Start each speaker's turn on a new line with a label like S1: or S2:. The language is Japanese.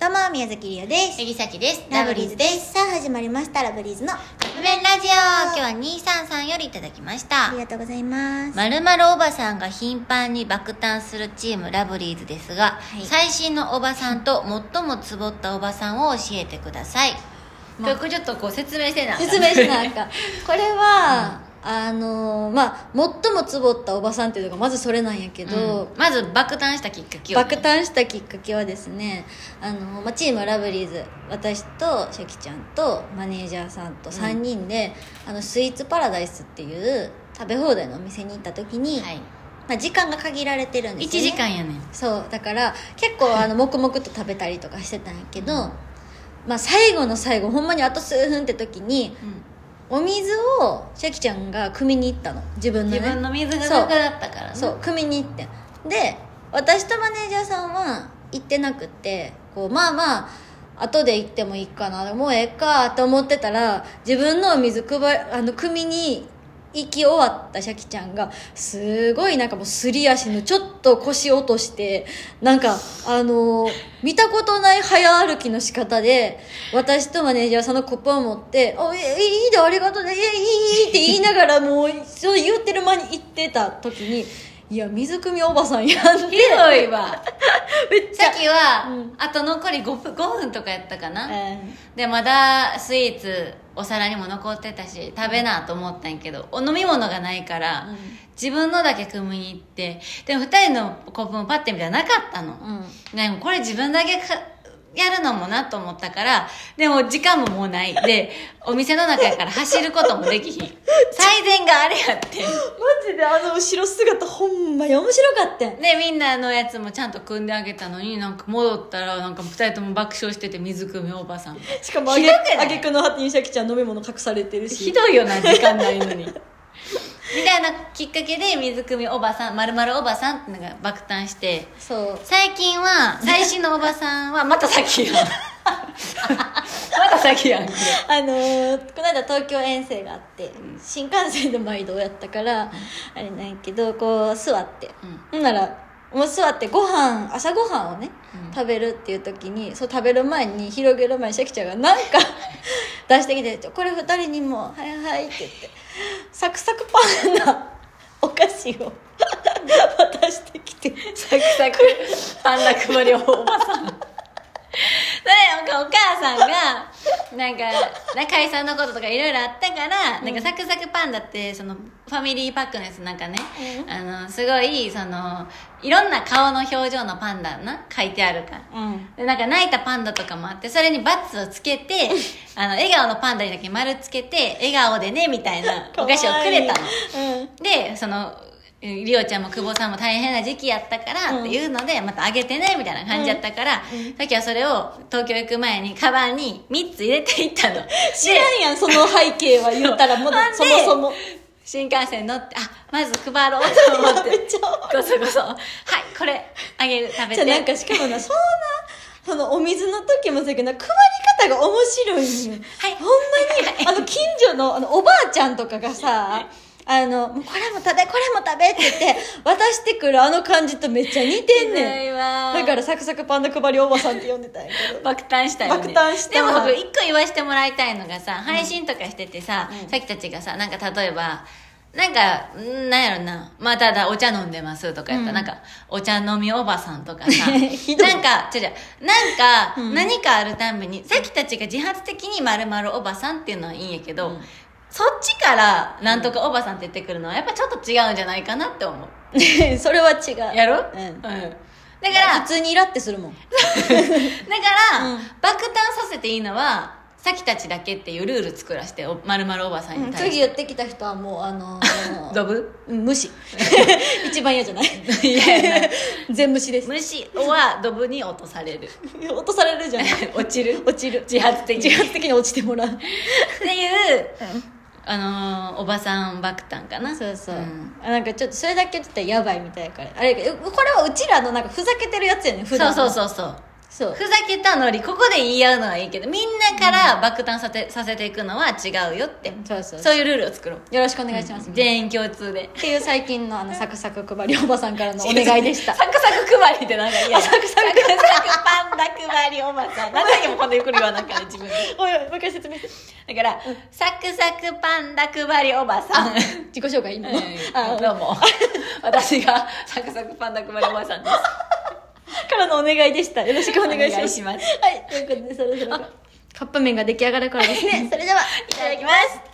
S1: どうも宮崎りおです
S2: 杉崎です
S1: ラブリーズですさあ始まりましたラブリーズのあ
S2: カップ麺ラジオ今日は233よりいただきました
S1: りがとうございます
S2: まるまるおばさんが頻繁に爆誕するチームラブリーズですが、
S1: い
S2: 最新のおばさんと最もつぼったおばさんを教えてください、
S1: まあ
S2: これちょっとこう説明して な
S1: 説明しなあかんこれは、あのーまあ最もつぼったおばさんっていうのがまずそれなんやけ
S2: け
S1: ど、
S2: ど、まず爆誕したきっかけをね、
S1: 爆誕したきっかけはですねあの、まあ、チームラブリーズ私とシャキちゃんとマネージャーさんと
S2: うん
S1: 3人で、あのスイーツパラダイスっていう食べ放題のお店に行った時に、
S2: は
S1: まあ、時間が限られてるんで
S2: い、1
S1: すよ、ね、
S2: 時間やねん
S1: そうだから結構あの黙々と食べたりとかしてたんやけど、まあ、最後の最後ほんまにあと数分って時にお水をシャキちゃんが汲みに行ったの自分のね
S2: 自分の水がなくなったからね
S1: そう組に行ってんで私とマネージャーさんは行ってなくってこうまあまあ後で行ってもいいかなもうええかと思ってたら自分のお水くばあの組に行き終わったシャキちゃんがすごいなんかもうすり足のちょっと腰落としてなんかあの見たことない早歩きの仕方で私とマネージャーさんのコップを持って「あいいいいでありがとうねいいいいいい」って言いながらもうそう言ってる間に行ってた時に「いや水汲みおばさん やん」って
S2: ひどいわ
S1: めっち
S2: さ
S1: ゃ
S2: っ、きは、
S1: うん
S2: あと残り 5, 分5分とかやったかな、
S1: うん
S2: でまだスイーツお皿にも残ってたし食べなと思ったんやけどお飲み物がないから、
S1: うん
S2: 自分のだけ組みに行ってでも2人のコップもパッて見たらなかった
S1: う
S2: の、
S1: ん
S2: でもこれ自分だけかやるのもなと思ったからでも時間ももうないでお店の中やから走ることもできひん最善があれやって
S1: マジであの後ろ姿ほんまに面白かった
S2: でみんなのやつもちゃんと組んであげたのになんか戻ったらなんか2人とも爆笑してて水汲みおばさん
S1: しかも
S2: ひどくない
S1: くの果てにシャキちゃん飲み物隠されてる
S2: ひどいよな時間ないのにみたいなきっかけで水汲みおばさんまるまるおばさんってのが爆誕して
S1: そう
S2: 最近は最新のおばさんはまた先やん また先やんけ
S1: あのーこの間東京遠征があって、新幹線で毎度やったから、あれなんやけどこう座って
S2: うん
S1: ほんならもう座ってご飯朝ご飯をね、
S2: うん
S1: 食べるっていう時にそう食べる前に広げる前にシャキちゃんがなんか 出してきて「ちょこれ二人にもはいはい」って言ってサクサクパンなお菓子を渡してきて
S2: サクサクパン落まりおばさんそれなんかお母さんがなんか中居さんのこととかいろいろあったから、なんかサクサクパンダってそのファミリーパックのやつなんかね、
S1: うん
S2: あのすごいそのいろんな顔の表情のパンダな書いてあるから
S1: うん
S2: でなんか泣いたパンダとかもあってそれにバツをつけて あの笑顔のパンダにだけ丸つけて笑顔でねみた いなお菓子をくれたの
S1: の
S2: でそのえりおちゃんも久保さんも大変な時期やったから
S1: うん
S2: っていうので、またあげてねみたいな感じやったから、さっきはそれを東京行く前にカバンに3つ入れていったの
S1: 知らんやんその背景は言ったらもう
S2: なんで
S1: そもそも
S2: 新幹線乗ってあまず配ろうと思 っ
S1: め
S2: て
S1: っちゃ
S2: こ そこそはいこれあげる食べ
S1: じゃ
S2: て
S1: あなんかしかもなそんなそのお水の時もそうやけどな配り方が面白いんよ
S2: はい
S1: ほんまにあの近所のあのおばあちゃんとかがさあのもうこれも食べこれも食べって 言って渡してくるあの感じとめっちゃ似てんねんだ
S2: だ
S1: からサクサクパンダ配りおばさんって呼んでたんやけど
S2: 爆誕したよ、ね、
S1: 爆誕した
S2: でも僕一個言わしてもらいたいのがさ配信とかしててさ、
S1: うん
S2: さっきたちがさなんか例えばなんかんなんやろなまあただお茶飲んでますとかやったら、
S1: うん
S2: なんかお茶飲みおばさんとかさ
S1: ひどい
S2: なんか違う違うなんか、
S1: うん
S2: 何かあるたんびにさっきたちが自発的にまるまるおばさんっていうのはいいんやけ
S1: う
S2: ど、
S1: ん
S2: そっちからなんとかおばさんって言ってくるのはやっぱちょっと違うんじゃないかなって思う
S1: それは違う
S2: やろ、
S1: うん
S2: だから
S1: 普通にイラってするもん
S2: だから、
S1: うん
S2: 爆誕させていいのはさきたちだけっていうルール作らせておまるまるおばさんに対
S1: 次
S2: して、
S1: 言ってきた人はもうあの ー
S2: ドブ
S1: うん無 視一番嫌じゃない
S2: 嫌やな
S1: 全無視です
S2: 虫はドブに落とさ れる
S1: 落とされるじゃない
S2: 落ちる
S1: 落ちる
S2: 自発的に
S1: 自発的に落ちてもらう
S2: っていう、あのーおばさん爆誕かな
S1: そうそう、
S2: ん
S1: あなんかちょっとそれだけちょっとやばいみたいやからあれこれはうちらのなんかふざけてるやつやねん普
S2: そう
S1: 段
S2: そう
S1: う
S2: そうそう
S1: そう
S2: ふざけたノリここで言い合うのはいいけどみんなから爆誕させ,、させていくのは違うよって
S1: そうそう
S2: そういうルールを作ろう
S1: よろしくお願いします、で
S2: 全員共通で
S1: っていう最近のあのサクサク配りおばさんからのお願いでした
S2: サクサク配りってなんか嫌だ
S1: サクサク
S2: サクサクパンダ配りおば さん何回もこんなゆっくり言わなきゃね自分で
S1: おいおいもう一回説明
S2: だからサクサクパンダ配りおばさん
S1: 自己紹介いいの、
S2: あ
S1: あ
S2: どうも 私がサクサクパンダ配りおばさんです
S1: からのお願いでしたよろしくお願いします
S2: お願いします
S1: はいということでそろそろカップ麺が出来上がるからですねそれではい
S2: いただきます